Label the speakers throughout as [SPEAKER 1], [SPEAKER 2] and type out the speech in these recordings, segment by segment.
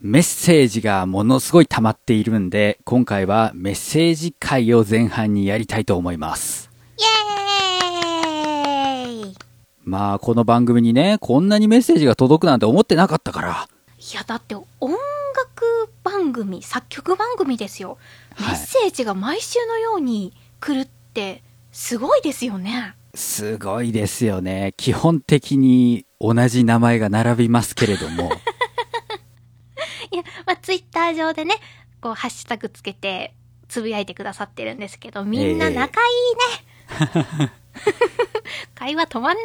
[SPEAKER 1] メッセージがものすごい溜まっているんで、今回はメッセージ会を前半にやりたいと思います。
[SPEAKER 2] イエーイ
[SPEAKER 1] まあ、この番組にね、こんなにメッセージが届くなんて思ってなかったから。
[SPEAKER 2] いやだって音楽番組作曲番組ですよメ
[SPEAKER 1] はい
[SPEAKER 2] ッセージが毎週のように来るってすごいですよね
[SPEAKER 1] すごいですよね。基本的に同じ名前が並びますけれども。
[SPEAKER 2] いや、まあ、ツイッター上でねこうハッシュタグつけてつぶやいてくださってるんですけどみんな仲いいね、 会話止まんない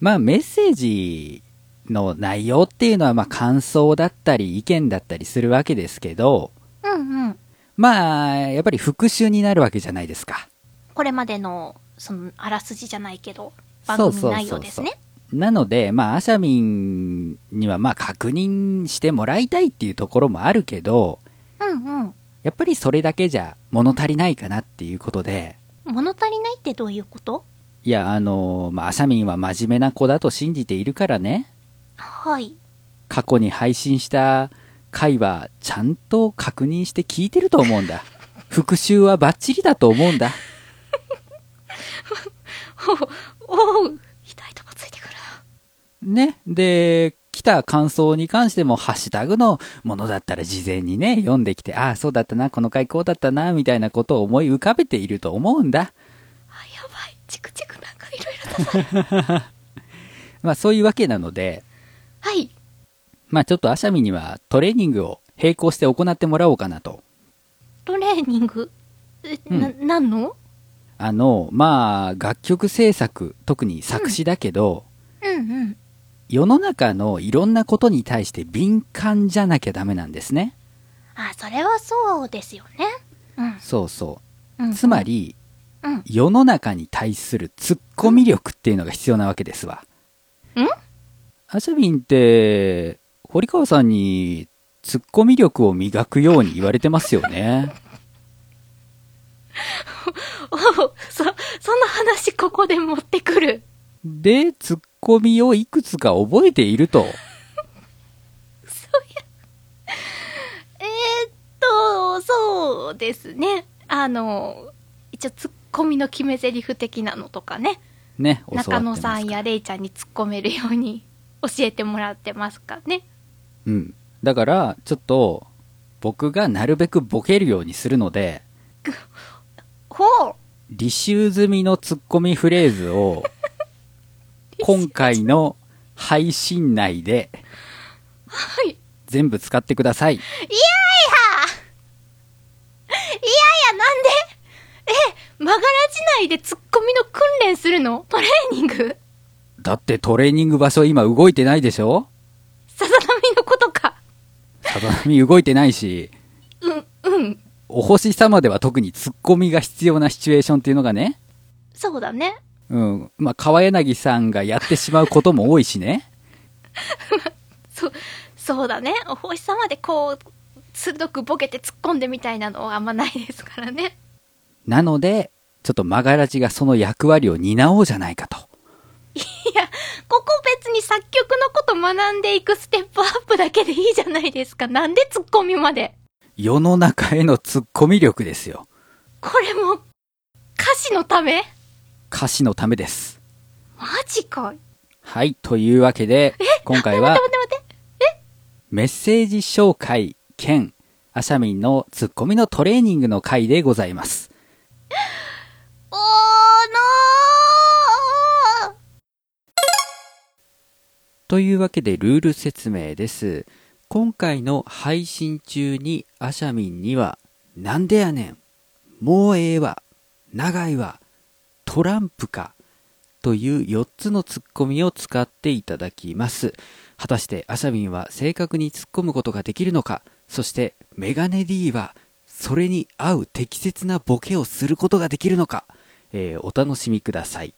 [SPEAKER 1] まあ、メッセージの内容っていうのは、まあ、感想だったり意見だったりするわけですけど、
[SPEAKER 2] うんうん
[SPEAKER 1] まあ、やっぱり復習になるわけじゃないですか。
[SPEAKER 2] これまでのそのあらすじじゃないけど番
[SPEAKER 1] そうそうそう
[SPEAKER 2] 組
[SPEAKER 1] そう
[SPEAKER 2] 内容ですね
[SPEAKER 1] なので、まあ、アシャミンには、まあ、確認してもらいたいっていうところもあるけど、
[SPEAKER 2] うんうん
[SPEAKER 1] やっぱりそれだけじゃ物足りないかなっていうことで、
[SPEAKER 2] 物足りないってどういうこと
[SPEAKER 1] いや、あの、まあ、アシャミンは真面目な子だと信じているからね、
[SPEAKER 2] はい
[SPEAKER 1] 過去に配信した回は、ちゃんと確認して聞いてると思うんだ。復習はバッチリだと思うんだ。
[SPEAKER 2] おおう痛いとこついてくる
[SPEAKER 1] ね。で、来た感想に関しても、ハッシュタグのものだったら事前にね、読んできて、ああ、そうだったな、この回こうだったな、みたいなことを思い浮かべていると思うんだ。
[SPEAKER 2] あやばいチクチクなんかいろいろと
[SPEAKER 1] まあそういうわけなので、
[SPEAKER 2] はい
[SPEAKER 1] まあちょっとアシャミにはトレーニングを並行して行ってもらおうかなと。
[SPEAKER 2] トレーニングえ、
[SPEAKER 1] うん
[SPEAKER 2] ななんの
[SPEAKER 1] あの、まあ楽曲制作、特に作詞だけど、
[SPEAKER 2] うんうん
[SPEAKER 1] 世の中のいろんなことに対して敏感じゃなきゃダメなんですね。
[SPEAKER 2] あそれはそうですよねうん
[SPEAKER 1] そうそ
[SPEAKER 2] うん、
[SPEAKER 1] う。つまり、
[SPEAKER 2] うんん
[SPEAKER 1] 世の中に対するツッコミ力っていうのが必要なわけですわ。アシャビンって、堀川さんにツッコミ力を磨くように言われてますよね。
[SPEAKER 2] おうそその話ここで持ってくる
[SPEAKER 1] で、ツッコミをいくつか覚えていると。
[SPEAKER 2] えー、っとそうですねあの一応ツッコミの決め台詞的なのとかね
[SPEAKER 1] ね、教わってます
[SPEAKER 2] 中野さんやレイちゃんに突っ込めるように教えてもらってますかね
[SPEAKER 1] うん。だから、ちょっと、僕がなるべくボケるようにするので、
[SPEAKER 2] ほう
[SPEAKER 1] 履修済みのツッコミフレーズ を、今回の配信内で
[SPEAKER 2] はいい
[SPEAKER 1] 全部使ってください。
[SPEAKER 2] やなんでえ曲がらじないでツッコミの訓練するのトレーニング
[SPEAKER 1] だってトレーニング場所今動いてないでしょ
[SPEAKER 2] さざ波のことか
[SPEAKER 1] さざ波動いてないし、
[SPEAKER 2] うんうん
[SPEAKER 1] お星様では特にツッコミが必要なシチュエーションっていうのがね、
[SPEAKER 2] そうだね
[SPEAKER 1] うん。まあ、川柳さんがやってしまうことも多いしね。
[SPEAKER 2] そそうだねお星様でこう鋭くボケて突っ込んでみたいなのはあんまないですからね
[SPEAKER 1] なので、ちょっとマガラジがその役割を担おうじゃないかと。
[SPEAKER 2] いやここ別に作曲のこと学んでいくステップアップだけでいいじゃないですかなんでツッコミまで
[SPEAKER 1] 世の中へのツッコミ力ですよ。
[SPEAKER 2] これも歌詞のため
[SPEAKER 1] 歌詞のためです。
[SPEAKER 2] マジか
[SPEAKER 1] はい。というわけで、今回
[SPEAKER 2] 待
[SPEAKER 1] は
[SPEAKER 2] って待って待って
[SPEAKER 1] メッセージ紹介兼、アシャミンのツッコミのトレーニングの回でございます。
[SPEAKER 2] おーのー
[SPEAKER 1] というわけでルール説明です今回の配信中にアシャミンには「なんでやねん」「もうええわ」「長いわ」「トランプか」という4つのツッコミを使っていただきます果たしてアシャミンは正確に突っ込むことができるのかそしてメガネ D はそれに合う適切なボケをすることができるのか、えーお楽しみください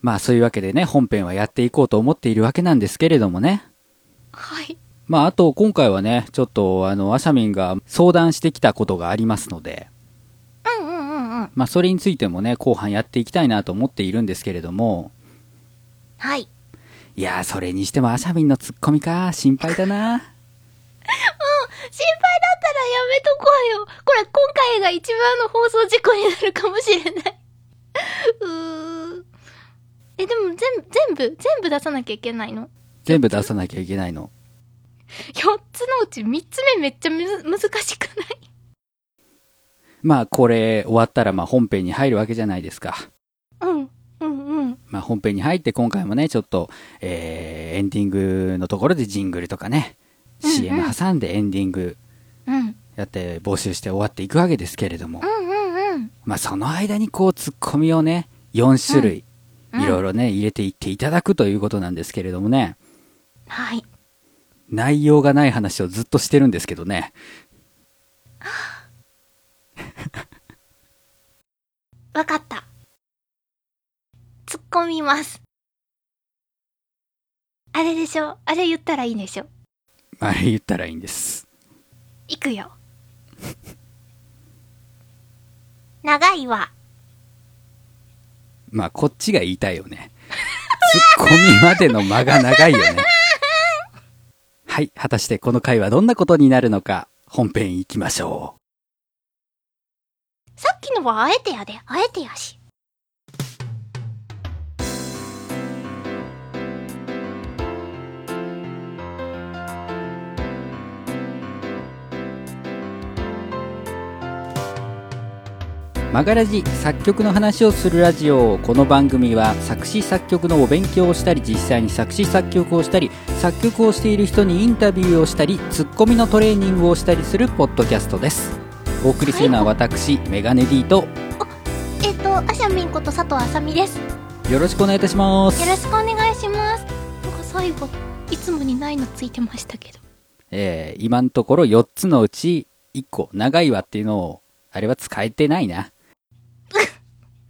[SPEAKER 1] まあそういうわけでね、本編はやっていこうと思っているわけなんですけれどもね。
[SPEAKER 2] はい
[SPEAKER 1] まああと今回はね、ちょっとあの、アシャミンが相談してきたことがありますので、
[SPEAKER 2] うんうんうんうん
[SPEAKER 1] まあそれについてもね、後半やっていきたいなと思っているんですけれども、
[SPEAKER 2] はい
[SPEAKER 1] いやーそれにしてもあしゃみんのツッコミか心配だな
[SPEAKER 2] 心配だったらやめとこうよ。これ今回が一番の放送事故になるかもしれない。 うー。え、でも全部、全部、全部出さなきゃいけないの
[SPEAKER 1] 全部出さなきゃいけないの
[SPEAKER 2] ?4 つのうち3つ目めっちゃむず難しくない
[SPEAKER 1] まあこれ終わったらまあ本編に入るわけじゃないですか
[SPEAKER 2] うん、うん、うん。
[SPEAKER 1] まあ本編に入って今回もねちょっと、えーエンディングのところでジングルとかね
[SPEAKER 2] うんうん
[SPEAKER 1] CM 挟んでエンディング
[SPEAKER 2] うん。
[SPEAKER 1] やって募集して終わっていくわけですけれども
[SPEAKER 2] うん、うん、うん。
[SPEAKER 1] まあその間にこうツッコミをね4種類
[SPEAKER 2] うん
[SPEAKER 1] いろいろね入れていっていただくということなんですけれどもね
[SPEAKER 2] はい。
[SPEAKER 1] 内容がない話をずっとしてるんですけどね
[SPEAKER 2] わかった。突っ込みます。あれでしょあれ言ったらいいんでしょ
[SPEAKER 1] あれ言ったらいいんです
[SPEAKER 2] いくよ。長いわ。
[SPEAKER 1] まあこっちが言いたいよねツッコミまでの間が長いよねはい果たしてこの回はどんなことになるのか本編行きましょ
[SPEAKER 2] さっきのはあえてやで、あえてやし。
[SPEAKER 1] うマガラジ作曲の話をするラジオこの番組は作詞作曲のお勉強をしたり実際に作詞作曲をしたり作曲をしている人にインタビューをしたりツッコミのトレーニングをしたりするポッドキャストですお送りするのは私メガネ D と
[SPEAKER 2] えっ、と、あしゃみんこと佐藤あさみです。よ
[SPEAKER 1] よろしくお願いいたします
[SPEAKER 2] ろしくお願いします。なんか最後、いつもにないのついてましたけど。
[SPEAKER 1] えー今のところ4つのうち1個長いわっていうのをあれは使えてないな
[SPEAKER 2] メッセー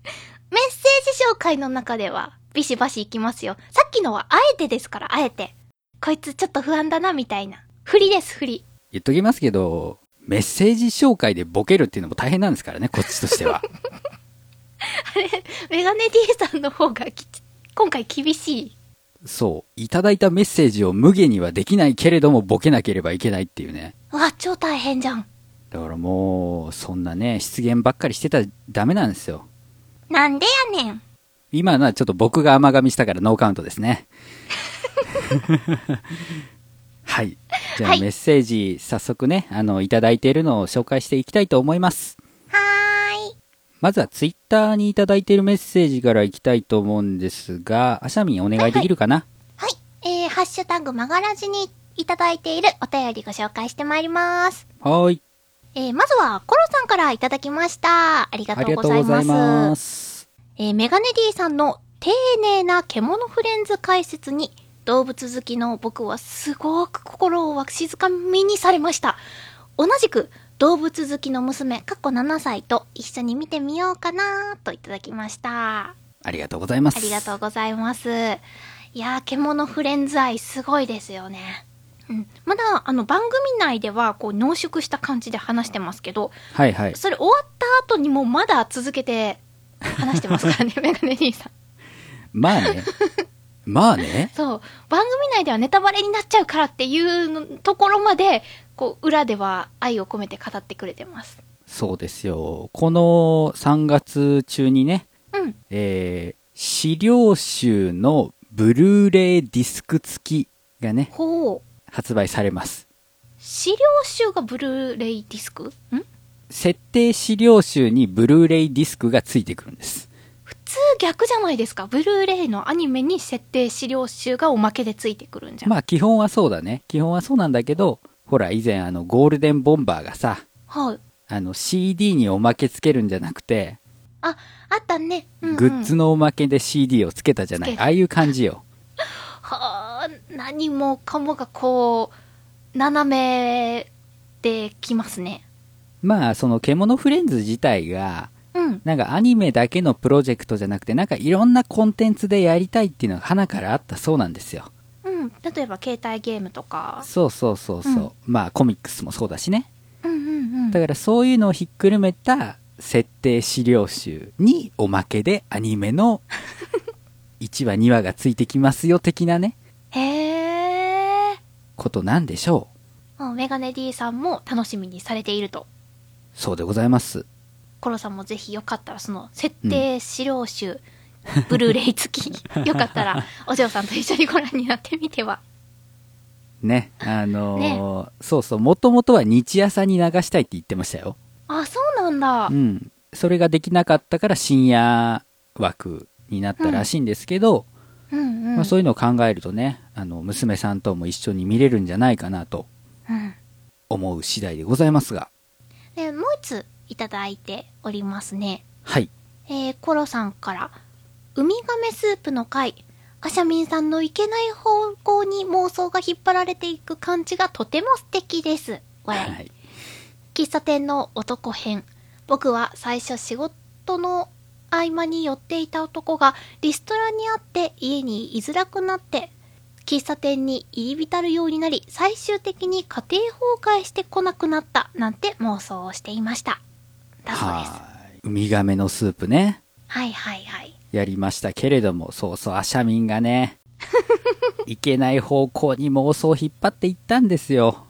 [SPEAKER 2] ジ紹介の中では、ビシバシいきますよ。さっきのはあえてですから、あえて。こいつちょっと不安だな、みたいな。振りです、振り。
[SPEAKER 1] 言っときますけどメッセージ紹介でボケるっていうのも大変なんですからねこっちとしては
[SPEAKER 2] あれ、メガネ D さんの方がきち、今回厳しい。
[SPEAKER 1] そういただいたメッセージを無限にはできないけれどもボケなければいけないっていうね
[SPEAKER 2] うわ、超大変じゃん。
[SPEAKER 1] だからもうそんなね失言ばっかりしてたらダメなんですよ
[SPEAKER 2] なんでやねん。
[SPEAKER 1] 今のはちょっと僕が甘噛みしたからノーカウントですねはいじゃあ、
[SPEAKER 2] はい
[SPEAKER 1] メッセージ早速ねあのいただいているのを紹介していきたいと思います
[SPEAKER 2] はーい。
[SPEAKER 1] まずはツイッターにいただいているメッセージからいきたいと思うんですがあしゃみんお願いできるかな、
[SPEAKER 2] はい。えー、ハッシュタグマガラジにいただいているお便りご紹介してまいります。
[SPEAKER 1] はーい
[SPEAKER 2] えー、まずは、コロさんからいただきました。ありが
[SPEAKER 1] あ
[SPEAKER 2] と
[SPEAKER 1] り
[SPEAKER 2] う
[SPEAKER 1] が
[SPEAKER 2] ご
[SPEAKER 1] とうご
[SPEAKER 2] ざい
[SPEAKER 1] ざ
[SPEAKER 2] ま
[SPEAKER 1] い
[SPEAKER 2] す。
[SPEAKER 1] ます
[SPEAKER 2] えーメガネ D さんの丁寧な獣フレンズ解説に、動物好きの僕はすごく心をわしづかみにされました。同じく、動物好きの娘、かっこ7歳と一緒に見てみようかなといただきました。
[SPEAKER 1] ありがとうございます
[SPEAKER 2] ありがとうございます。いやー、獣フレンズ愛すごいですよね。うん、まだあの番組内ではこう濃縮した感じで話してますけど
[SPEAKER 1] はいはい
[SPEAKER 2] それ終わった後にもまだ続けて話してます からねメガネ兄さん
[SPEAKER 1] まあね まあね
[SPEAKER 2] そう番組内ではネタバレになっちゃうからっていうのところまでこう裏では愛を込めて語ってくれてます
[SPEAKER 1] そうですよこの3月中にね
[SPEAKER 2] うん
[SPEAKER 1] えー資料集のブルーレイディスク付きがね、
[SPEAKER 2] ほう
[SPEAKER 1] 発売されます。
[SPEAKER 2] 資料集がブルーレイディスクん
[SPEAKER 1] 設定資料集にブルーレイディスクが付いてくるんです。
[SPEAKER 2] 普通逆じゃないですかブルーレイのアニメに設定資料集がおまけでついてくるんじゃん、
[SPEAKER 1] まあ基本はそうだね。基本はそうなんだけど、ほら以前あのゴールデンボンバーがさ、
[SPEAKER 2] はい
[SPEAKER 1] あの CD におまけつけるんじゃなくて、
[SPEAKER 2] ああったね、うんうん
[SPEAKER 1] グッズのおまけで CD をつけたじゃな
[SPEAKER 2] つ
[SPEAKER 1] い。
[SPEAKER 2] けた
[SPEAKER 1] ああいう感じよ。
[SPEAKER 2] はあ何もかもがこう斜めできますね
[SPEAKER 1] まあその獣フレンズ自体が、
[SPEAKER 2] うん
[SPEAKER 1] なんかアニメだけのプロジェクトじゃなくて、なんかいろんなコンテンツでやりたいっていうのが花からあったそうなんですよ。
[SPEAKER 2] うん例えば携帯ゲームとか
[SPEAKER 1] そうそうそうそう。
[SPEAKER 2] うん
[SPEAKER 1] まあコミックスもそうだしね。
[SPEAKER 2] うんうんうん
[SPEAKER 1] だからそういうのをひっくるめ た設定資料集におまけでアニメの1話2話がついてきますよ的なね、
[SPEAKER 2] へえ。
[SPEAKER 1] ことなんでしょう。
[SPEAKER 2] もうメガネ D さんも楽しみにされていると。
[SPEAKER 1] そうでございます。
[SPEAKER 2] コロさんもぜひよかったら、その設定資料集、 ブルーレイ付 き、よかったら、お嬢さんと一緒にご覧になってみては。
[SPEAKER 1] ね、あのーそうそう、もともとは日朝に流したいって言ってましたよ。
[SPEAKER 2] あ、そうなんだ
[SPEAKER 1] う。ん。それができなかったから深夜枠になったらしいんですけど、
[SPEAKER 2] うんうん。
[SPEAKER 1] まあ、そういうのを考えるとね、あの、娘さんとも一緒に見れるんじゃないかなと
[SPEAKER 2] うん。
[SPEAKER 1] 思う次第でございますが、
[SPEAKER 2] で、もう一ついただいておりますね。
[SPEAKER 1] はい。
[SPEAKER 2] えー、コロさんから、ウミガメスープの回、アシャミンさんのいけない方向に妄想が引っ張られていく感じがとても素敵です。笑い。
[SPEAKER 1] はい。
[SPEAKER 2] 喫茶店の男編僕は最初仕事の合間に寄っていた男がリストラにあって家に居づらくなって喫茶店に入り浸るようになり最終的に家庭崩壊してこなくなったなんて妄想をしていましただそうです
[SPEAKER 1] はい。ウミガメのスープね、
[SPEAKER 2] はいはいはい
[SPEAKER 1] やりましたけれども、そうそう、アシャミンが ね、いけない方向に妄想を引っ張っていったんですよ。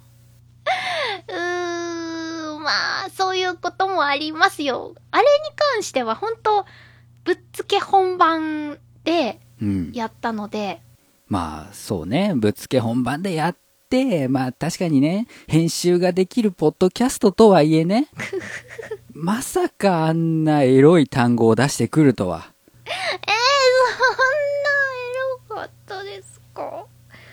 [SPEAKER 2] うーんまあそういうこともありますよあれに関しては本当ぶっつけ本番で
[SPEAKER 1] うん。
[SPEAKER 2] やったので
[SPEAKER 1] まあそうねぶっつけ本番でやってまあ確かにね編集ができるポッドキャストとはいえねまさかあんなエロい単語を出してくるとは
[SPEAKER 2] えー、そんなエロかったですか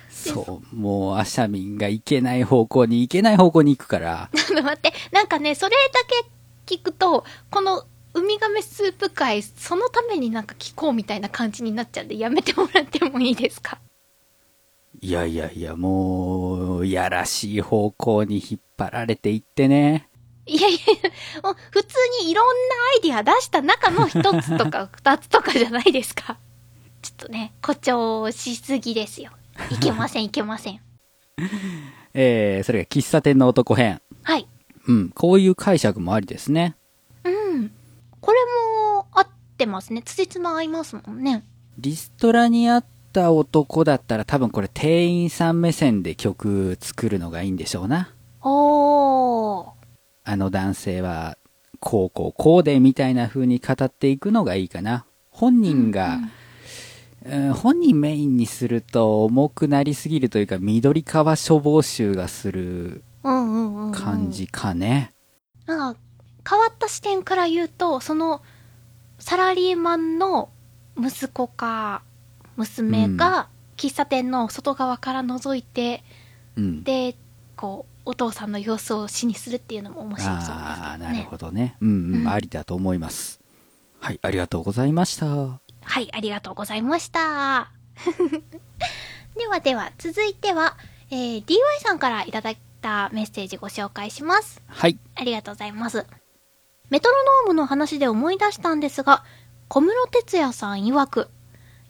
[SPEAKER 1] そうもうアシャミンが行けない方向に行けない方向に行くから
[SPEAKER 2] ちょっと待って、なんかね、それだけ聞くと、このウミガメスープ会、そのためになんか聞こうみたいな感じになっちゃうんで、やめてもらってもいいですか
[SPEAKER 1] いやいやいやもうやらしい方向に引っ張られていってね
[SPEAKER 2] いやいやいや、もう普通にいろんなアイディア出した中の一つと か二つとかじゃないですか。ちょっとね、誇張しすぎですよ。いけませ ん、いけません。
[SPEAKER 1] えー、それが喫茶店の男編
[SPEAKER 2] はい。
[SPEAKER 1] うんこういう解釈もありですね
[SPEAKER 2] うん。これも合ってますね。辻褄合いますもんね。
[SPEAKER 1] リストラにあった男だったら多分これ店員さん目線で曲作るのがいいんでしょうな。
[SPEAKER 2] おー。
[SPEAKER 1] あの男性はこうこうこうでみたいな風に語っていくのがいいかな。本人が、うん本人メインにすると重くなりすぎるというか緑川処方集がする
[SPEAKER 2] うんうんうんうん
[SPEAKER 1] 感じかね。
[SPEAKER 2] なんか変わった視点から言うとそのサラリーマンの息子か娘が喫茶店の外側から覗いて、
[SPEAKER 1] うん。
[SPEAKER 2] でこうお父さんの様子を詩にするっていうのも面白そうです
[SPEAKER 1] ああ、
[SPEAKER 2] けど
[SPEAKER 1] なる
[SPEAKER 2] ね
[SPEAKER 1] ほどね。うん、う
[SPEAKER 2] うん
[SPEAKER 1] ん、ありだと思います。はい、ありがとうございました。
[SPEAKER 2] はいありがとうございました ではでは続いては、えー DY さんからいただいたメッセージご紹介します
[SPEAKER 1] はい。
[SPEAKER 2] ありがとうございます。メトロノームの話で思い出したんですが、小室哲哉さん曰く、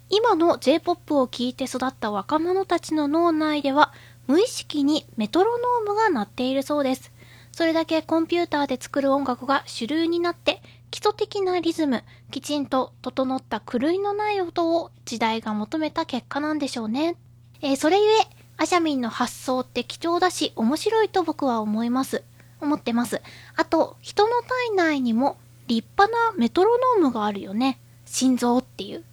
[SPEAKER 2] 今の J-POP を聴いて育った若者たちの脳内では、無意識にメトロノームが鳴っているそうです。それだけコンピューターで作る音楽が主流になって、基礎的なリズム、きちんと整った狂いのない音を時代が求めた結果なんでしょうね。えーそれゆえ、アシャミンの発想って貴重だし、面白いと僕は思います。思ってます。あと、人の体内にも立派なメトロノームがあるよね。心臓っていう。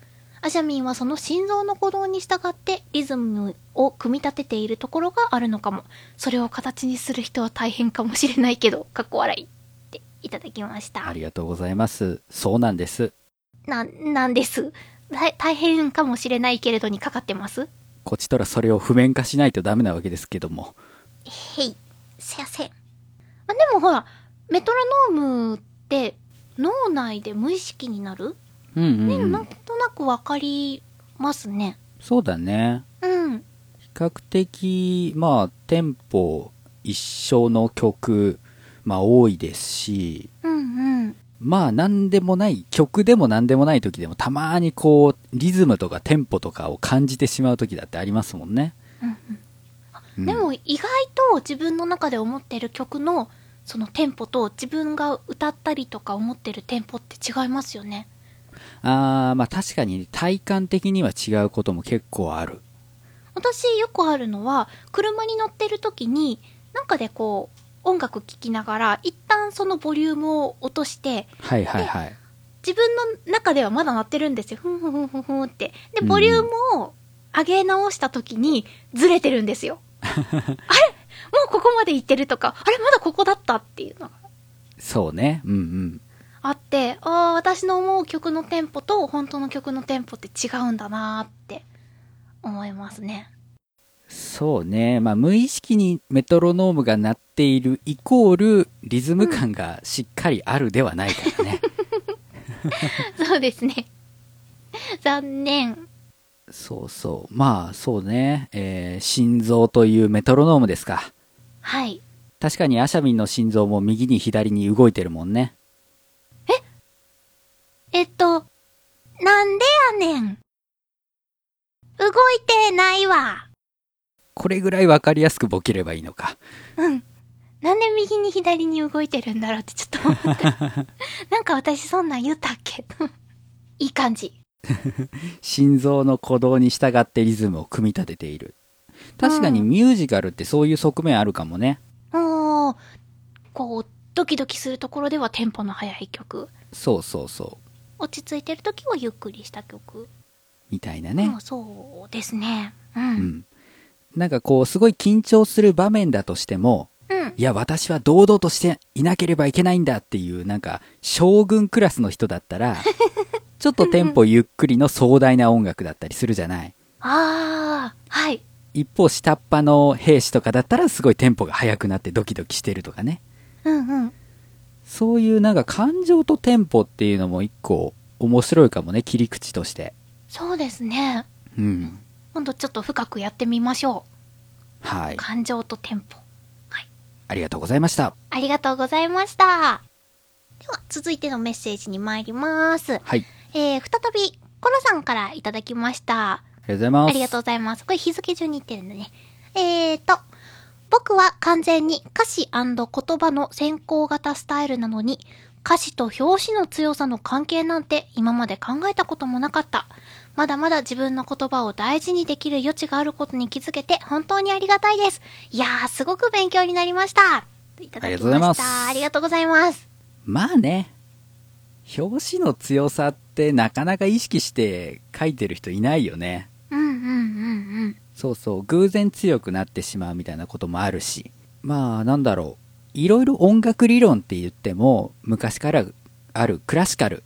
[SPEAKER 2] アシャミンはその心臓の鼓動に従ってリズムを組み立てているところがあるのかも。それを形にする人は大変かもしれないけど、かっこ笑いっていただきました
[SPEAKER 1] あ。りがとうございます。そうなんです。
[SPEAKER 2] な、なんです。大大変かもしれないけれどにかかってます
[SPEAKER 1] こっちとらそれを譜面化しないとダメなわけですけども。
[SPEAKER 2] へい。せやせん。あ、でもほら、メトロノームって脳内で無意識になる
[SPEAKER 1] うんうんうん、
[SPEAKER 2] なんとなくわかりますね。
[SPEAKER 1] そうだね。
[SPEAKER 2] うん。
[SPEAKER 1] 比較的、まあ、テンポ一緒の曲、まあ多いですし、
[SPEAKER 2] うんうん。
[SPEAKER 1] まあ何でもない、曲でも何でもない時でもたまにこう、リズムとかテンポとかを感じてしまう時だってありますもんね。うん
[SPEAKER 2] でも意外と自分の中で思ってる曲のそのテンポと自分が歌ったりとか思ってるテンポって違いますよね。
[SPEAKER 1] あーまあ確かに体感的には違うことも結構ある。
[SPEAKER 2] 私よくあるのは車に乗ってる時になんかでこう音楽聴きながら一旦そのボリュームを落として
[SPEAKER 1] はいはいはい。
[SPEAKER 2] 自分の中ではまだ鳴ってるんですよふんふんふんふんふんってで
[SPEAKER 1] うん
[SPEAKER 2] ボリュームを上げ直した時にずれてるんで すよあれもうここまで行ってるとかあれまだここだったっていうのが
[SPEAKER 1] そうね。うんうん。
[SPEAKER 2] あってあー私の思う曲のテンポと本当の曲のテンポって違うんだなーって思いますね
[SPEAKER 1] そうね。まあ無意識にメトロノームが鳴っているイコールリズム感がしっかりあるではないから ね。
[SPEAKER 2] そうですね。残念。
[SPEAKER 1] そうそう。まあそうね。えー心臓というメトロノームですか。
[SPEAKER 2] はい。
[SPEAKER 1] 確かにアシャミンの心臓も右に左に動いてるもんね。
[SPEAKER 2] えっと、なんでやねん。動いてないわ。
[SPEAKER 1] これぐらいわかりやすくボケればいいのか。
[SPEAKER 2] うん。なんで右に左に動いてるんだろうってちょっ と思った。なんか私そんなん言ったっけ いい感じ。
[SPEAKER 1] 心臓の鼓動に従ってリズムを組み立てている。確かにミュージカルってそういう側面あるかもね。
[SPEAKER 2] おー、こう、ドキドキするところではテンポの速い曲。
[SPEAKER 1] そうそうそう。
[SPEAKER 2] 落ち着いてる時はゆっくりした曲。
[SPEAKER 1] みたいなね
[SPEAKER 2] うん。そうですね。う。
[SPEAKER 1] うんん。なんかこう、すごい緊張する場面だとしても、
[SPEAKER 2] うん。
[SPEAKER 1] いや、私は堂々としていなければいけないんだっていう、なんか、将軍クラスの人だったら、ちょっとテンポゆっくりの壮大な音楽だったりするじゃない。
[SPEAKER 2] あー、はい。
[SPEAKER 1] 一方、下っ端の兵士とかだったら、すごいテンポが速くなってドキドキしてるとかね。
[SPEAKER 2] うんうん。
[SPEAKER 1] そういうなんか感情とテンポっていうのも一個面白いかもね、切り口として。
[SPEAKER 2] そうですね。
[SPEAKER 1] うん。
[SPEAKER 2] 今度ちょっと深くやってみましょ
[SPEAKER 1] は
[SPEAKER 2] う。
[SPEAKER 1] い。
[SPEAKER 2] 感情とテンポ。はい。
[SPEAKER 1] ありがとうございました。
[SPEAKER 2] ありがとうございました。では、続いてのメッセージに参ります。
[SPEAKER 1] はい。
[SPEAKER 2] えー、再び、コロさんからいただきました。
[SPEAKER 1] ありがとうございます。
[SPEAKER 2] ありがとうございます。これ日付順に言ってるんだね。えーと、僕は完全に歌詞言葉の先行型スタイルなのに、歌詞と表紙の強さの関係なんて今まで考えたこともなかった。まだまだ自分の言葉を大事にできる余地があることに気づけて本当にありがたいです。いやー、すごく勉強になりました。いただ
[SPEAKER 1] あ
[SPEAKER 2] きました。
[SPEAKER 1] りがとうございます
[SPEAKER 2] ありがとうございます。
[SPEAKER 1] まあね、表紙の強さってなかなか意識して書いてる人いないよね。
[SPEAKER 2] うんうんうんうん。
[SPEAKER 1] そうそう、偶然強くなってしまうみたいなこともあるし。まあ、なんだろう。いろいろ音楽理論って言っても、昔からあるクラシカル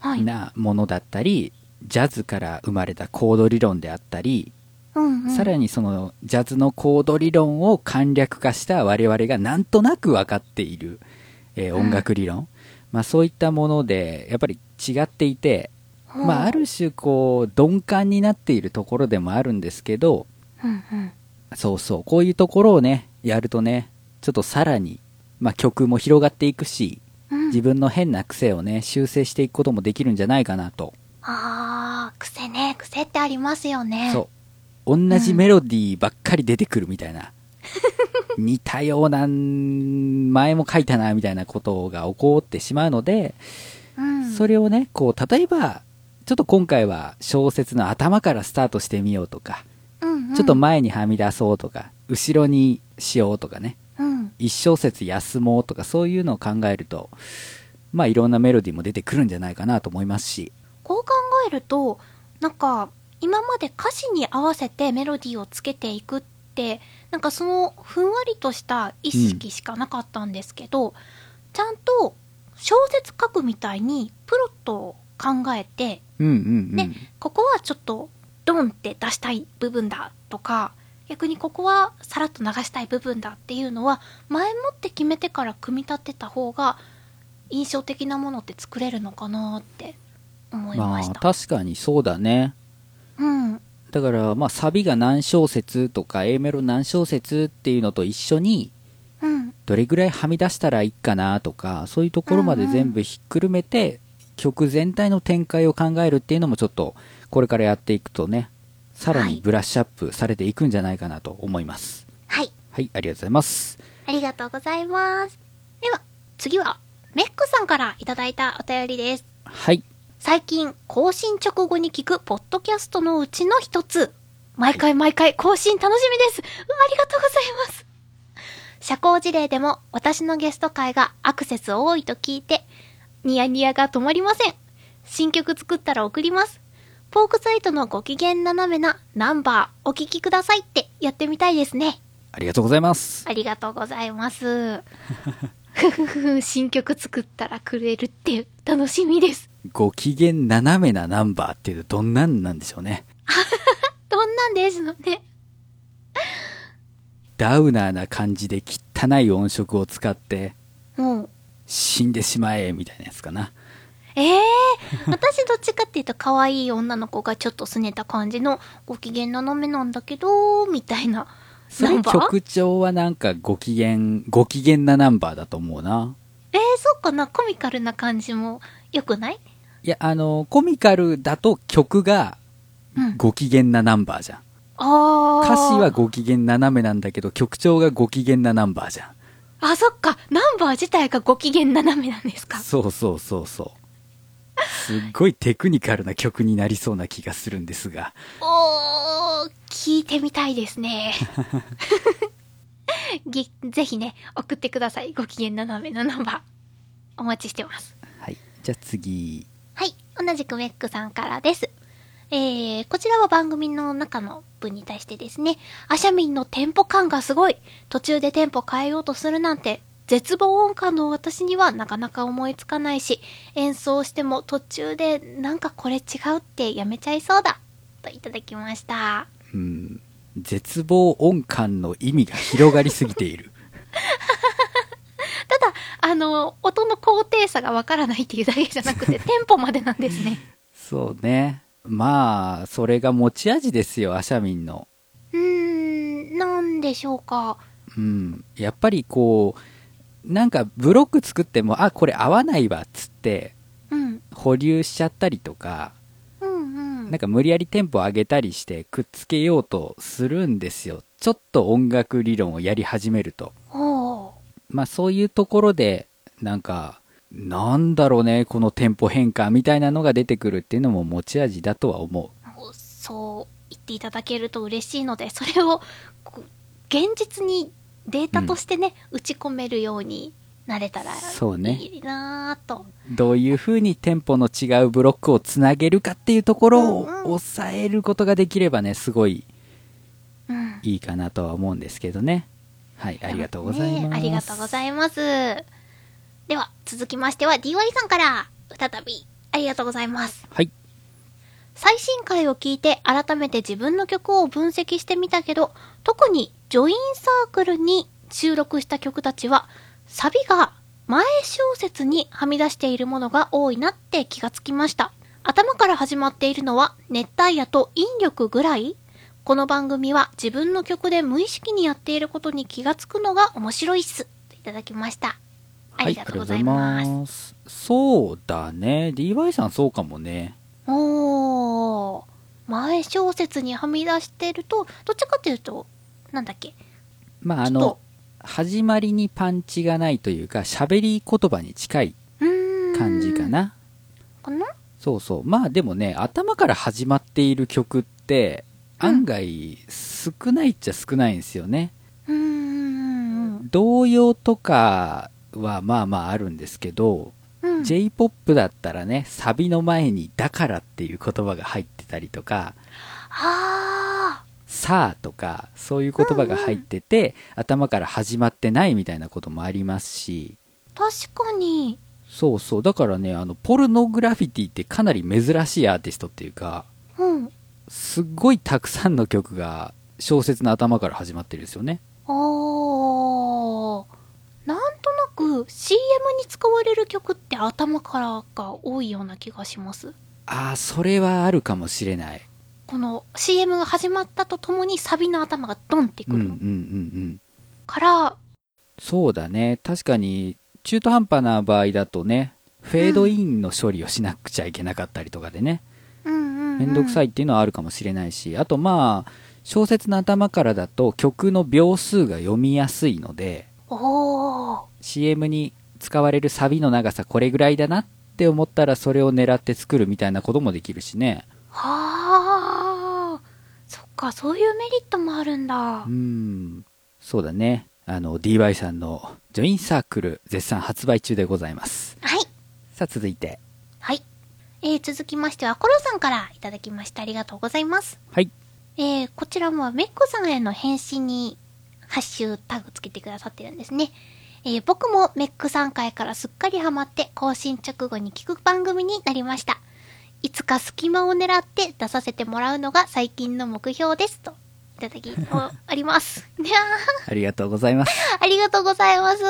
[SPEAKER 2] はい。
[SPEAKER 1] なものだったり、ジャズから生まれたコード理論であったり、
[SPEAKER 2] うんうん。
[SPEAKER 1] さらにそのジャズのコード理論を簡略化した我々がなんとなく分かっている、えー
[SPEAKER 2] うん
[SPEAKER 1] 音楽理論、まあ、そういったものでやっぱり違っていて、
[SPEAKER 2] ほう
[SPEAKER 1] まあ、ある種こう鈍感になっているところでもあるんですけど
[SPEAKER 2] うんうん。
[SPEAKER 1] そうそうこういうところをねやるとねちょっとさらに、まあ、曲も広がっていくし
[SPEAKER 2] うん
[SPEAKER 1] 自分の変な癖をね修正していくこともできるんじゃないかなと、
[SPEAKER 2] あー、癖ね、癖ってありますよね。
[SPEAKER 1] そう同じメロディーばっかり出てくるみたい な、似たような前も書いたなみたいなことが起こってしまうので、
[SPEAKER 2] う。ん。
[SPEAKER 1] それをねこう例えばちょっと今回は小説の頭からスタートしてみようとか、
[SPEAKER 2] うんうん、
[SPEAKER 1] ちょっと、前にはみ出そうとか後ろにしようとかね
[SPEAKER 2] うん。
[SPEAKER 1] 一小節休もうとかそういうのを考えるとまあいろんなメロディーも出てくるんじゃないかなと思いますし
[SPEAKER 2] こう考えると、なんか、今まで歌詞に合わせてメロディーをつけていくって、なんかそのふんわりとした意識しかなかったんですけど、ちゃんと小説書くみたいにプロットを考えて、
[SPEAKER 1] うんうんうん、
[SPEAKER 2] ねここはちょっとドンって出したい部分だとか逆にここはさらっと流したい部分だっていうのは前もって決めてから組み立てた方が印象的なものって作れるのかなって思い
[SPEAKER 1] ま
[SPEAKER 2] まし
[SPEAKER 1] あ
[SPEAKER 2] た、
[SPEAKER 1] 確かにそうだね
[SPEAKER 2] うん
[SPEAKER 1] だからまあサビが何小節とか A メロ何小節っていうのと一緒に
[SPEAKER 2] うん
[SPEAKER 1] どれぐらいはみ出したらいいかなとかそういうところまで全部ひっくるめて曲全体の展開を考えるっていうのもちょっとこれからやっていくとねさら
[SPEAKER 2] は
[SPEAKER 1] に
[SPEAKER 2] い
[SPEAKER 1] ブラッシュアップされていくんじゃないかなと思います
[SPEAKER 2] はい
[SPEAKER 1] はいありがとうございます
[SPEAKER 2] ありがとうございますでは次はメックさんからいただいたお便りです
[SPEAKER 1] はい
[SPEAKER 2] 最近更新直後に聞くポッドキャストのうちの一つ。毎回毎回更新楽しみです。うわありがとうございます。社交辞令でも私のゲスト会がアクセス多いと聞いて、ニヤニヤが止まりません。新曲作ったら送ります。ポークサイトのご機嫌斜めなナンバーお聞きくださいってやってみたいですね。
[SPEAKER 1] ありがとうございます。
[SPEAKER 2] ありがとうございます。ふふふ、新曲作ったらくれるって楽しみです。
[SPEAKER 1] ご機嫌斜めなナンバーっていうとどんなんなんでしょうね。
[SPEAKER 2] どんなんですのね。
[SPEAKER 1] ダウナーな感じで汚い音色を使って
[SPEAKER 2] もう。
[SPEAKER 1] 死んでしまえみたいなやつかな。
[SPEAKER 2] ええ 私どっちかっていうと可愛い女の子がちょっと拗ねた感じのご機嫌斜めなんだけど、みたいな。
[SPEAKER 1] そ
[SPEAKER 2] ナ
[SPEAKER 1] れ
[SPEAKER 2] ンバー
[SPEAKER 1] 曲調はなんかご機嫌、ご機嫌なナンバーだと思うな。
[SPEAKER 2] ええそうかなコミカルな感じも良くない
[SPEAKER 1] いや、あの、コミカルだと曲が
[SPEAKER 2] うん。
[SPEAKER 1] ご機嫌なナンバーじゃん。
[SPEAKER 2] ああ。
[SPEAKER 1] 歌詞はご機嫌斜めなんだけど、曲調がご機嫌なナンバーじゃん。
[SPEAKER 2] あ、そっか。ナンバー自体がご機嫌斜めなんですか。
[SPEAKER 1] そうそうそうそう。すっごいテクニカルな曲になりそうな気がするんですが。
[SPEAKER 2] おー、聞いてみたいで すね。 ぎぜひね、送ってください。ご機嫌斜めのナンバー。お待ちしてます。
[SPEAKER 1] はい。じゃあ次。
[SPEAKER 2] はい。同じくメックさんからです。えー、こちらは番組の中の文に対してですね、アシャミンのテンポ感がすごい。途中でテンポ変えようとするなんて、絶望音感の私にはなかなか思いつかないし、演奏しても途中でなんかこれ違うってやめちゃいそうだ。といただきました。
[SPEAKER 1] うん。絶望音感の意味が広がりすぎている。
[SPEAKER 2] ただあの音の高低差がわからないっていうだけじゃな くてテンポまでなんですね
[SPEAKER 1] そうね。まあ、それが持ち味ですよ、アシャミンの。
[SPEAKER 2] うーんなんでしょうか
[SPEAKER 1] うん。やっぱりこう、なんかブロック作っても、あ、これ合わないわ、っつって、
[SPEAKER 2] うん
[SPEAKER 1] 保留しちゃったりとか、
[SPEAKER 2] うんう
[SPEAKER 1] なん
[SPEAKER 2] ん
[SPEAKER 1] か無理やりテンポを上げたりしてくっつけようとするんですよ。ちょっと音楽理論をやり始めると。
[SPEAKER 2] おー
[SPEAKER 1] まあそういうところで、なんか、なんだろうね、このテンポ変化みたいなのが出てくるっていうのも持ち味だとは思
[SPEAKER 2] おそう言っていただけると嬉しいのでそれをこう現実にデータとしてね、打ち込めるようになれたら
[SPEAKER 1] そうね
[SPEAKER 2] いいなぁと
[SPEAKER 1] う。どういう風にテンポの違うブロックをつなげるかっていうところを
[SPEAKER 2] うんうん
[SPEAKER 1] 抑えることができればね、すごい
[SPEAKER 2] うん
[SPEAKER 1] いいかなとは思うんですけどね。はい、ありがとうございます。
[SPEAKER 2] ねありがとうございます。では、続きましては DY さんから、再び、ありがとうございます。
[SPEAKER 1] はい。
[SPEAKER 2] 最新回を聞いて、改めて自分の曲を分析してみたけど、特にジョインサークルに収録した曲たちは、サビが前小節にはみ出しているものが多いなって気がつきました。頭から始まっているのは、熱帯夜と引力ぐらいこの番組は自分の曲で無意識にやっていることに気がつくのが面白いっす。といただきました。ありがとうございます。
[SPEAKER 1] はいありがとうございますそうだね DY さんそうかもね
[SPEAKER 2] おー。前小節にはみ出してると、どっちかっていうと、なんだっけ。
[SPEAKER 1] まああ
[SPEAKER 2] ちょっ
[SPEAKER 1] の始まりにパンチがないというか喋り言葉に近いう
[SPEAKER 2] ーん。
[SPEAKER 1] 感じか。な
[SPEAKER 2] かな
[SPEAKER 1] そうそうまあでもね頭から始まっている曲って
[SPEAKER 2] うん
[SPEAKER 1] 案外少ないっちゃ少ないんですよね、
[SPEAKER 2] うーん。
[SPEAKER 1] 童謡とかはまあまああるんですけど、
[SPEAKER 2] うん。
[SPEAKER 1] j p o p だったらねサビの前に「だから」っていう言葉が入ってたりとか
[SPEAKER 2] あ
[SPEAKER 1] 「さあ」とかそういう言葉が入ってて、頭から始まってないみたいなこともありますし
[SPEAKER 2] ー。確かに。
[SPEAKER 1] そうそうだからねあのポルノグラフィティってかなり珍しいアーティストっていうか
[SPEAKER 2] うん。
[SPEAKER 1] すっごいたくさんの曲が小説の頭から始まってるんですよね
[SPEAKER 2] おー。なんとなく CM に使われる曲って頭からが多いような気がします。
[SPEAKER 1] ああそれはあるかもしれない
[SPEAKER 2] この CM が始まったとともにサビの頭がドンって
[SPEAKER 1] う
[SPEAKER 2] く
[SPEAKER 1] んう
[SPEAKER 2] る
[SPEAKER 1] んうんうん
[SPEAKER 2] から、
[SPEAKER 1] そうだね確かに中途半端な場合だとねフェードインの処理をしなくちゃいけなかったりとかでね、
[SPEAKER 2] うんうんうん、
[SPEAKER 1] 面倒くさい
[SPEAKER 2] い。
[SPEAKER 1] っていうのはあるかもしれないし、あとまあ小説の頭からだと曲の秒数が読みやすいので
[SPEAKER 2] おー
[SPEAKER 1] CM に使われるサビの長さこれぐらいだなっって思ったらそれを狙って作るみたいなこともできるしね
[SPEAKER 2] はあそっかそういうメリットもあるんだ
[SPEAKER 1] うーんそうだねあの DY さんのジョインサークル絶賛発売中でございます
[SPEAKER 2] はい
[SPEAKER 1] さあ続いて
[SPEAKER 2] はい、えー、続きましてはコロさんからいただきましてありがとうございます
[SPEAKER 1] はい
[SPEAKER 2] えー、こちらもめっこさんへの返信にハッシュタグつけてくださってるんですね。えー僕もメック3回からすっかりハマって更新直後に聞く番組になりました。いつか隙間を狙って出させてもらうのが最近の目標です。と、いただき、おあります。 いや
[SPEAKER 1] ありがとうございます
[SPEAKER 2] ーありがとうございます。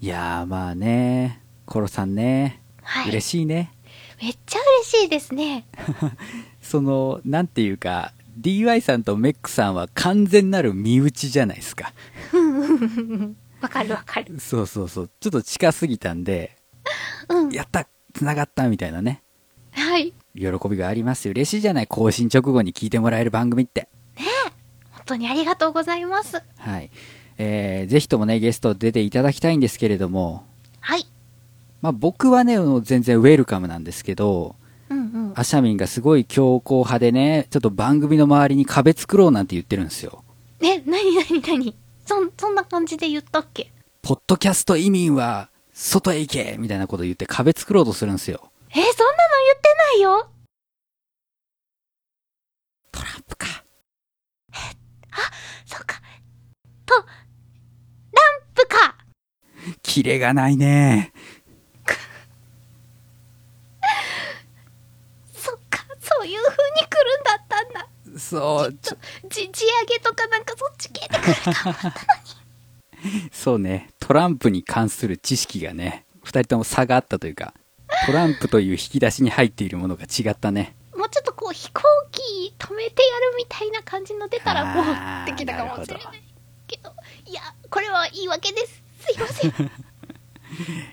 [SPEAKER 1] いやーまあねコロさんね、
[SPEAKER 2] はい。
[SPEAKER 1] 嬉しいね
[SPEAKER 2] めっちゃ嬉しいですね。
[SPEAKER 1] そのなんていうか DY さんとメックさんは完全なる身内じゃないですか
[SPEAKER 2] わかるわかる。
[SPEAKER 1] そうそうそうちょっと近すぎたんで
[SPEAKER 2] うん。
[SPEAKER 1] やったつながったみたいなね
[SPEAKER 2] はい。
[SPEAKER 1] 喜びがあります嬉しいじゃない更新直後に聞いてもらえる番組って
[SPEAKER 2] 本当にありがとうございます。
[SPEAKER 1] はいえー、ぜひともねゲスト出ていただきたいんですけれども、
[SPEAKER 2] はい。
[SPEAKER 1] まあ、僕はねもう全然ウェルカムなんですけど
[SPEAKER 2] うんうん。
[SPEAKER 1] アシャミンがすごい強硬派でねちょっと番組の周りに壁作ろうなんて言ってるんですよ
[SPEAKER 2] え、なになになにそん、そんな感じで言ったっけ
[SPEAKER 1] ポッドキャスト移民は外へ行けみたいなこと言って壁作ろうとするんですよ
[SPEAKER 2] え、そんなの言ってないよ
[SPEAKER 1] トランプか
[SPEAKER 2] そっか。と、ランプか
[SPEAKER 1] キレがないね
[SPEAKER 2] そっか、そういう風に来るんだったんだ。
[SPEAKER 1] そうちょ
[SPEAKER 2] じ、地上げとかなんかそっち系で来 るか。
[SPEAKER 1] そうね、トランプに関する知識がね、二人とも差があったというか、トランプという引き出しに入っているものが違ったね。
[SPEAKER 2] もうちょっとこう飛行機止めてやるみたいな感じの出たらこ
[SPEAKER 1] あー
[SPEAKER 2] うできたかもしれないけど、いや、これは言い訳です。すいません。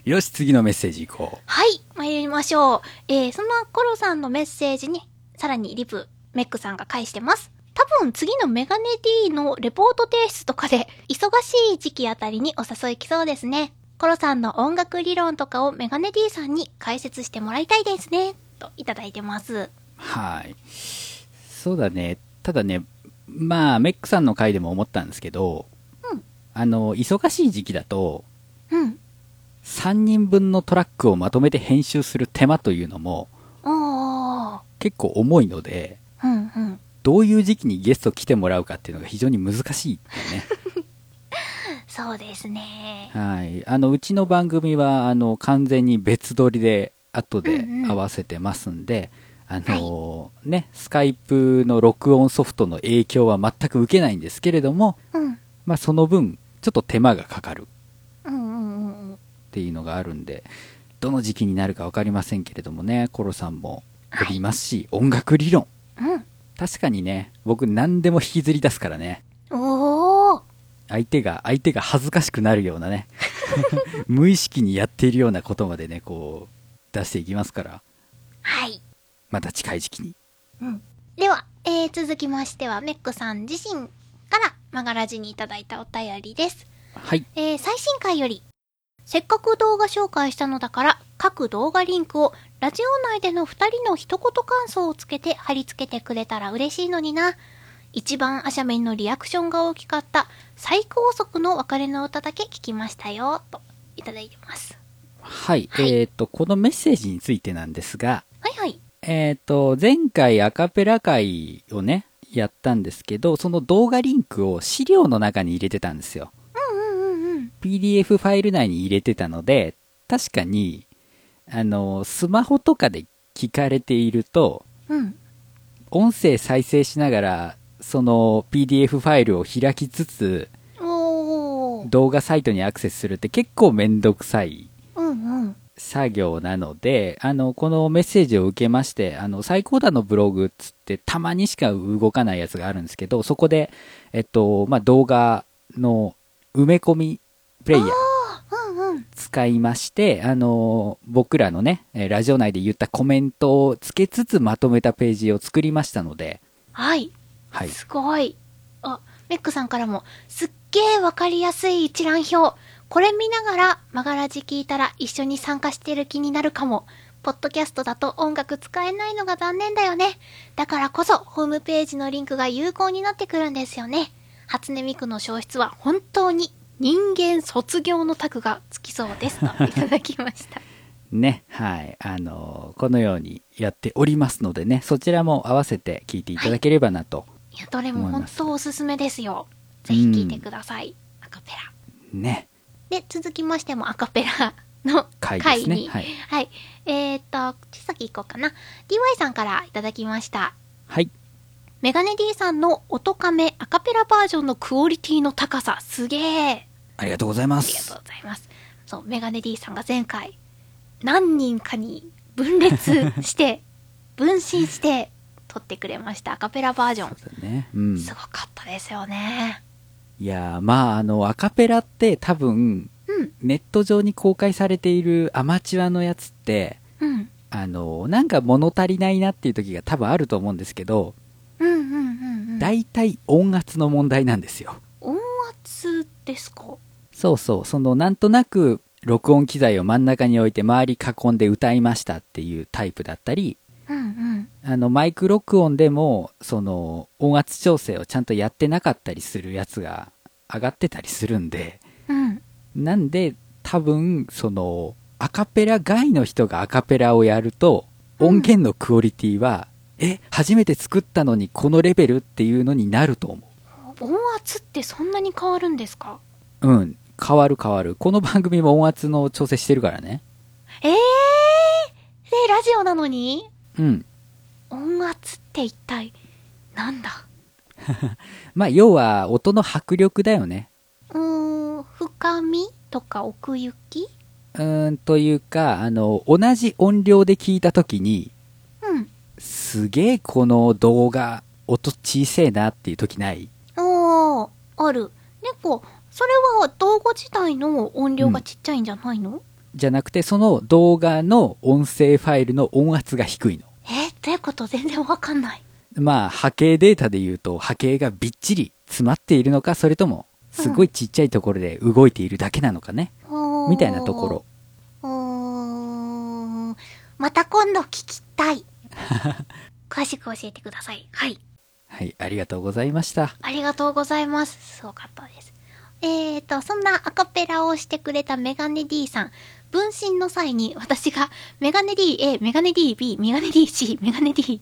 [SPEAKER 1] よし、次のメッセージいこ
[SPEAKER 2] はい、参りましょう。えー、そのコロさんのメッセージに、さらにリプ、メックさんが返してます。多分次のメガネ D のレポート提出とかで、忙しい時期あたりにお誘い来そうですね。コロさんの音楽理論とかをメガネ D さんに解説してもらいたいですね。といただいてます。
[SPEAKER 1] う。はい。そうだね、ただね、まあ、メックさんの回でも思ったんですけど、
[SPEAKER 2] うん
[SPEAKER 1] あの、忙しい時期だと、
[SPEAKER 2] うん。
[SPEAKER 1] 3人分のトラックをまとめて編集する手間というのも
[SPEAKER 2] おー。
[SPEAKER 1] 結構重いので、
[SPEAKER 2] うんうん。
[SPEAKER 1] どういう時期にゲスト来てもらうかっていうのが非常に難しいんだよ ね。
[SPEAKER 2] そうですね。
[SPEAKER 1] はい、あのうちの番組はあの完全に別撮りで後で
[SPEAKER 2] うんうん
[SPEAKER 1] 合わせてますんで、あのね、スカイプの録音ソフトの影響は全く受けないんですけれども、
[SPEAKER 2] うん。
[SPEAKER 1] まあ、その分ちょっと手間がかかる
[SPEAKER 2] うんうんうんうん。
[SPEAKER 1] っていうのがあるんでどの時期になるか分かりませんけれどもねコロさんもおりますし、音楽理論
[SPEAKER 2] うん。
[SPEAKER 1] 確かにね僕何でも引きずり出すからね
[SPEAKER 2] おー。
[SPEAKER 1] 相手が相手が恥ずかしくなるような ね無意識にやっているようなことまでねこう出していきますから
[SPEAKER 2] はい。
[SPEAKER 1] また近い時期に
[SPEAKER 2] うんでは、えー、続きましてはメックさん自身からマガラジにいただいたお便りです、
[SPEAKER 1] はい
[SPEAKER 2] えー、最新回よりせっかく動画紹介したのだから各動画リンクをラジオ内での2人の一言感想をつけて貼り付けてくれたら嬉しいのにな一番アシャメンのリアクションが大きかった最高速の別れの歌だけ聞きましたよといただいてます
[SPEAKER 1] はい、
[SPEAKER 2] はい
[SPEAKER 1] えっ、とこのメッセージについてなんですが
[SPEAKER 2] はいはい
[SPEAKER 1] えっ、と前回アカペラ会をねやったんですけどその動画リンクを資料の中に入れてたんですよ
[SPEAKER 2] うんうんうんうん
[SPEAKER 1] PDF ファイル内に入れてたので確かにあのスマホとかで聞かれていると
[SPEAKER 2] うん
[SPEAKER 1] 音声再生しながらその PDF ファイルを開きつつ
[SPEAKER 2] おー
[SPEAKER 1] 動画サイトにアクセスするって結構めんどくさい
[SPEAKER 2] うんうん
[SPEAKER 1] 作業なのであのこのメッセージを受けましてあの最高だのブログっつってたまにしか動かないやつがあるんですけどそこで、えっとまあ、動画の埋め込みプレイヤー
[SPEAKER 2] うんうん
[SPEAKER 1] 使いまして、あの僕らのねえーラジオ内で言ったコメントをつけつつまとめたページを作りましたので、
[SPEAKER 2] はい
[SPEAKER 1] はい、
[SPEAKER 2] すごい。あ、メックさんからも、すっげーわかりやすい一覧表。これ見ながら、マガラジ聞いたら一緒に参加してる気になるかも。ポッドキャストだと音楽使えないのが残念だよね。だからこそ、ホームページのリンクが有効になってくるんですよね。初音ミクの消失は本当に人間卒業のタグがつきそうですといただきました。
[SPEAKER 1] ね、はい、あのこのようにやっておりますのでね、そちらも合わせて聞いていただければなと、
[SPEAKER 2] いや、どれも
[SPEAKER 1] 思い
[SPEAKER 2] 本
[SPEAKER 1] ます
[SPEAKER 2] 当おすすめですよ。ぜひ聴いてください。アカペラ。
[SPEAKER 1] ね、
[SPEAKER 2] で、続きましてもアカペラの
[SPEAKER 1] 回
[SPEAKER 2] 回
[SPEAKER 1] ですね
[SPEAKER 2] に。
[SPEAKER 1] はい
[SPEAKER 2] はい。えーっと、先行こうかな。DY さんからいただきました。
[SPEAKER 1] はい、
[SPEAKER 2] メガネ D さんの音カメアカペラバージョンのクオリティの高さ、すげー。
[SPEAKER 1] ありがとうございま
[SPEAKER 2] ありがと
[SPEAKER 1] す
[SPEAKER 2] う。ございます。そう、メガネ D さんが前回、何人かに分裂 して、分身して、撮ってくれました。アカペラバージョン。
[SPEAKER 1] そうだね、うん、
[SPEAKER 2] すごかったですよね。
[SPEAKER 1] いやーまああのアカペラって多分
[SPEAKER 2] うん、
[SPEAKER 1] ネット上に公開されているアマチュアのやつって
[SPEAKER 2] うん、
[SPEAKER 1] あのなんか物足りないなっていう時が多分あると思うんですけど、
[SPEAKER 2] うん、うん、うんうん。
[SPEAKER 1] 大体音圧の問題なんですよ
[SPEAKER 2] 音圧ですか
[SPEAKER 1] そうそうそのなんとなく録音機材を真ん中に置いて周り囲んで歌いましたっていうタイプだったり
[SPEAKER 2] うん、うん。
[SPEAKER 1] あのマイク録音でもその音圧調整をちゃんとやってなかったりするやつが上がってたりするんで
[SPEAKER 2] うん。
[SPEAKER 1] なんで多分そのアカペラ外の人がアカペラをやると
[SPEAKER 2] うん
[SPEAKER 1] 音源のクオリティは、え初めて作ったのにこのレベルっていうのになると思
[SPEAKER 2] 音圧ってそんなに変わるんですか
[SPEAKER 1] ううん変わる変わるこの番組も音圧の調整してるからね
[SPEAKER 2] ええー、で、ラジオなのに
[SPEAKER 1] うん
[SPEAKER 2] 音圧って一体、なんだ
[SPEAKER 1] まあ要は音の迫力だよね
[SPEAKER 2] うーん、深みとか奥行き
[SPEAKER 1] うーんというかあの同じ音量で聞いた時に
[SPEAKER 2] うん。
[SPEAKER 1] すげえこの動画音小せえなっていう時ない
[SPEAKER 2] おー、ある。猫、それは動画自体の音量がちっちゃいんじゃないの、
[SPEAKER 1] じゃなくてその動画の音声ファイルの音圧が低いの
[SPEAKER 2] えー、どういうこと全然わかんない。
[SPEAKER 1] まあ波形データで言うと波形がびっちり詰まっているのかそれともすごいちっちゃいところで動いているだけなのかね、
[SPEAKER 2] おー
[SPEAKER 1] みたいなところ。
[SPEAKER 2] うーん。また今度聞き たい。詳しく教えてください。はい。
[SPEAKER 1] はいありがとうございました
[SPEAKER 2] ありがとうございます。すごかったです。えーと、そんなアカペラをしてくれたメガネ D さん。分身の際に私がメガネ DA、メガネ DB、メガネ DC、メガネ D、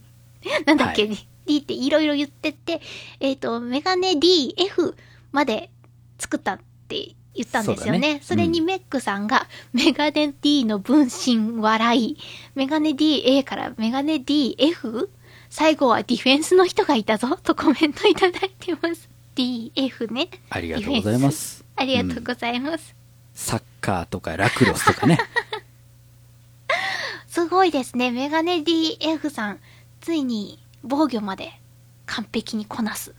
[SPEAKER 2] なんだっけ、
[SPEAKER 1] は
[SPEAKER 2] D っていろいろ言ってって、えーと、メガネ DF まで作ったって言ったんですよ
[SPEAKER 1] そうだ
[SPEAKER 2] ね。そ
[SPEAKER 1] ね
[SPEAKER 2] れにメックさんが、 メガネ D の分身笑い、メガネ DA からメガネ DF? 最後はディフェンスの人がいたぞとコメントいただいてます。DF ね。
[SPEAKER 1] ありがとうございます
[SPEAKER 2] ありがとう
[SPEAKER 1] うん
[SPEAKER 2] ございます。
[SPEAKER 1] サッカーとかラクロスと かね
[SPEAKER 2] すごいですね。メガネ DF さん、ついに防御まで完璧にこなす。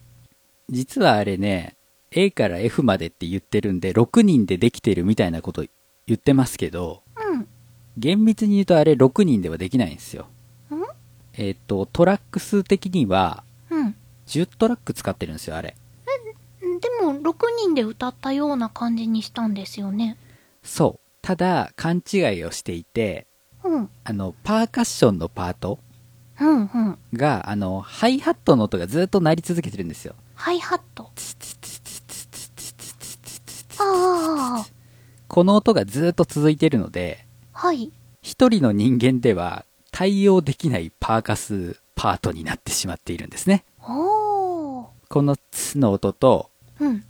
[SPEAKER 1] 実はあれね A から F までって言ってるんで6人でできてるみたいなこと言ってますけど
[SPEAKER 2] うん。
[SPEAKER 1] 厳密に言うとあれ6人ではできないんですよ
[SPEAKER 2] ん
[SPEAKER 1] えっ、とトラック数的には
[SPEAKER 2] うん。
[SPEAKER 1] 10トラック使ってるんですよあれ
[SPEAKER 2] でも、6人で歌ったような感じにしたんですよね。
[SPEAKER 1] そうただ勘違いをしていて
[SPEAKER 2] うん。
[SPEAKER 1] あのパーカッションのパート
[SPEAKER 2] うん、うん。
[SPEAKER 1] があのハイハットの音がずっと鳴り続けてるんですよ
[SPEAKER 2] ハイハット。ああ、
[SPEAKER 1] この音がずっと続いてるので
[SPEAKER 2] はい。
[SPEAKER 1] 一人の人間では対応できないパーカスパートになってしまっているんですね
[SPEAKER 2] おー。
[SPEAKER 1] この「つ」の音と
[SPEAKER 2] うん。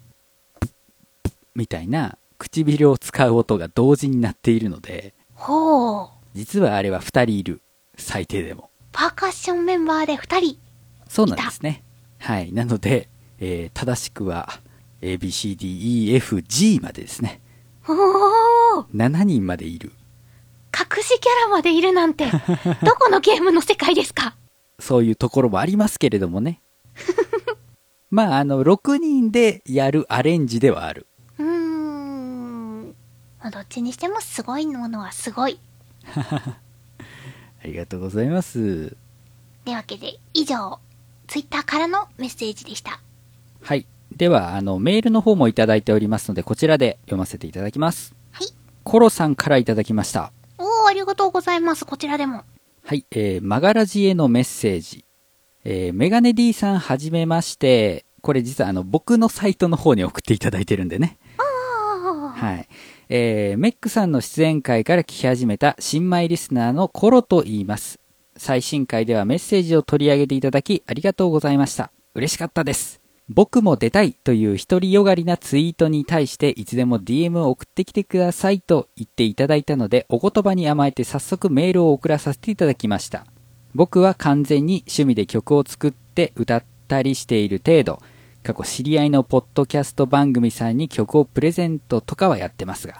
[SPEAKER 1] みたいな唇を使う音が同時になっているので
[SPEAKER 2] ほー。
[SPEAKER 1] 実はあれは2人いる最低でも
[SPEAKER 2] パーカッションメンバーで2人。
[SPEAKER 1] そうなんですねはいなので、えー正しくは ABCDEFG までですね
[SPEAKER 2] おー
[SPEAKER 1] 7人までいる
[SPEAKER 2] 隠しキャラまでいるな んて、どこのゲームの世界ですか
[SPEAKER 1] そういうところもありますけれどもねまああの6人でやるアレンジではある
[SPEAKER 2] うーん。まあどっちにしてもすごいものはすごい。
[SPEAKER 1] ありがとうございます
[SPEAKER 2] というわけで、以上、ツイッターからのメッセージでした。
[SPEAKER 1] はいではあのメールの方もいただいておりますのでこちらで読ませていただきます
[SPEAKER 2] はい。
[SPEAKER 1] コロさんからいただきました
[SPEAKER 2] おありがとうございます。こちらでも。
[SPEAKER 1] はい、えー、マガラジへのメッセージ。えー、メガネ D さんはじめまして。これ実はあの、僕のサイトの方に送っていただいてるんでね。
[SPEAKER 2] あ
[SPEAKER 1] はい。えーメックさんの出演会から聞き始めた新米リスナーのコロと言います。最新回ではメッセージを取り上げていただきありがとうございました。嬉しかったです。僕も出たいという独りよがりなツイートに対していつでも DM を送ってきてくださいと言っていただいたのでお言葉に甘えて早速メールを送らさせていただきました。僕は完全に趣味で曲を作って歌ったりしている程度過去知り合いのポッドキャスト番組さんに曲をプレゼントとかはやってますが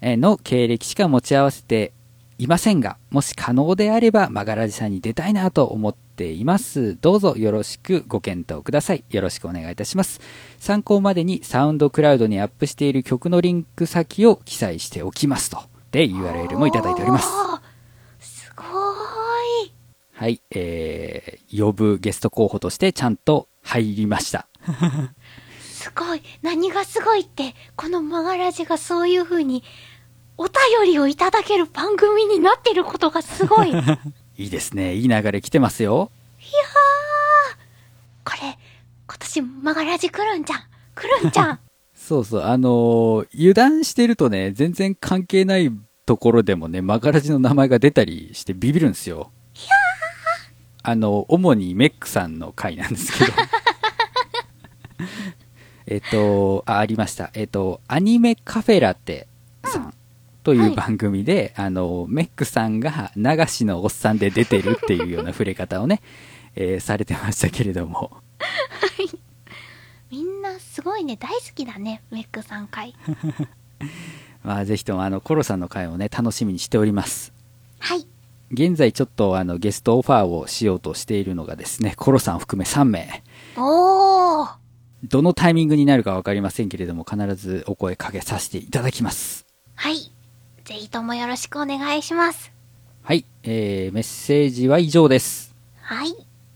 [SPEAKER 1] えーの経歴しか持ち合わせていませんがもし可能であればマガラジさんに出たいなと思っていますどうぞよろしくご検討くださいよろしくお願いいたします参考までにサウンドクラウドにアップしている曲のリンク先を記載しておきますとで URL もいただいております
[SPEAKER 2] あーすごーい。
[SPEAKER 1] はい、えー、呼ぶゲスト候補としてちゃんと入りました。
[SPEAKER 2] すごい。何がすごいって、このマガラジがそういう風に、お便りをいただける番組になってることがすごい。いやー、
[SPEAKER 1] いいですね。いい流れ来てますよ。
[SPEAKER 2] これ、今年マガラジ来るんじゃん。来るんじゃん。
[SPEAKER 1] そうそう、あのー油断してるとね、全然関係ないところでもね、マガラジの名前が出たりしてビビるんですよ。あの、主にメックさんの回なんです けど。えっと、あ、ありました。えっと、アニメカフェラテさんとい
[SPEAKER 2] はいう
[SPEAKER 1] 番組で、あの、メックさんが流しのおっさんで出てるっていうような触れ方をね、えーされてましたけれども。
[SPEAKER 2] みんなすごいね。大好きだね。メックさん回。
[SPEAKER 1] まあ、ぜひとも、あの、コロさんの回をね、楽しみにしております。
[SPEAKER 2] はい。
[SPEAKER 1] 現在ちょっとあのゲストオファーをしようとしているのがですね、コロさん含め3名。
[SPEAKER 2] おー。
[SPEAKER 1] どのタイミングになるかわかりませんけれども、必ずお声かけさせていただきます。
[SPEAKER 2] はい。ぜひともよろしくお願いします。
[SPEAKER 1] はい、えー、メッセージは以上です。
[SPEAKER 2] はい。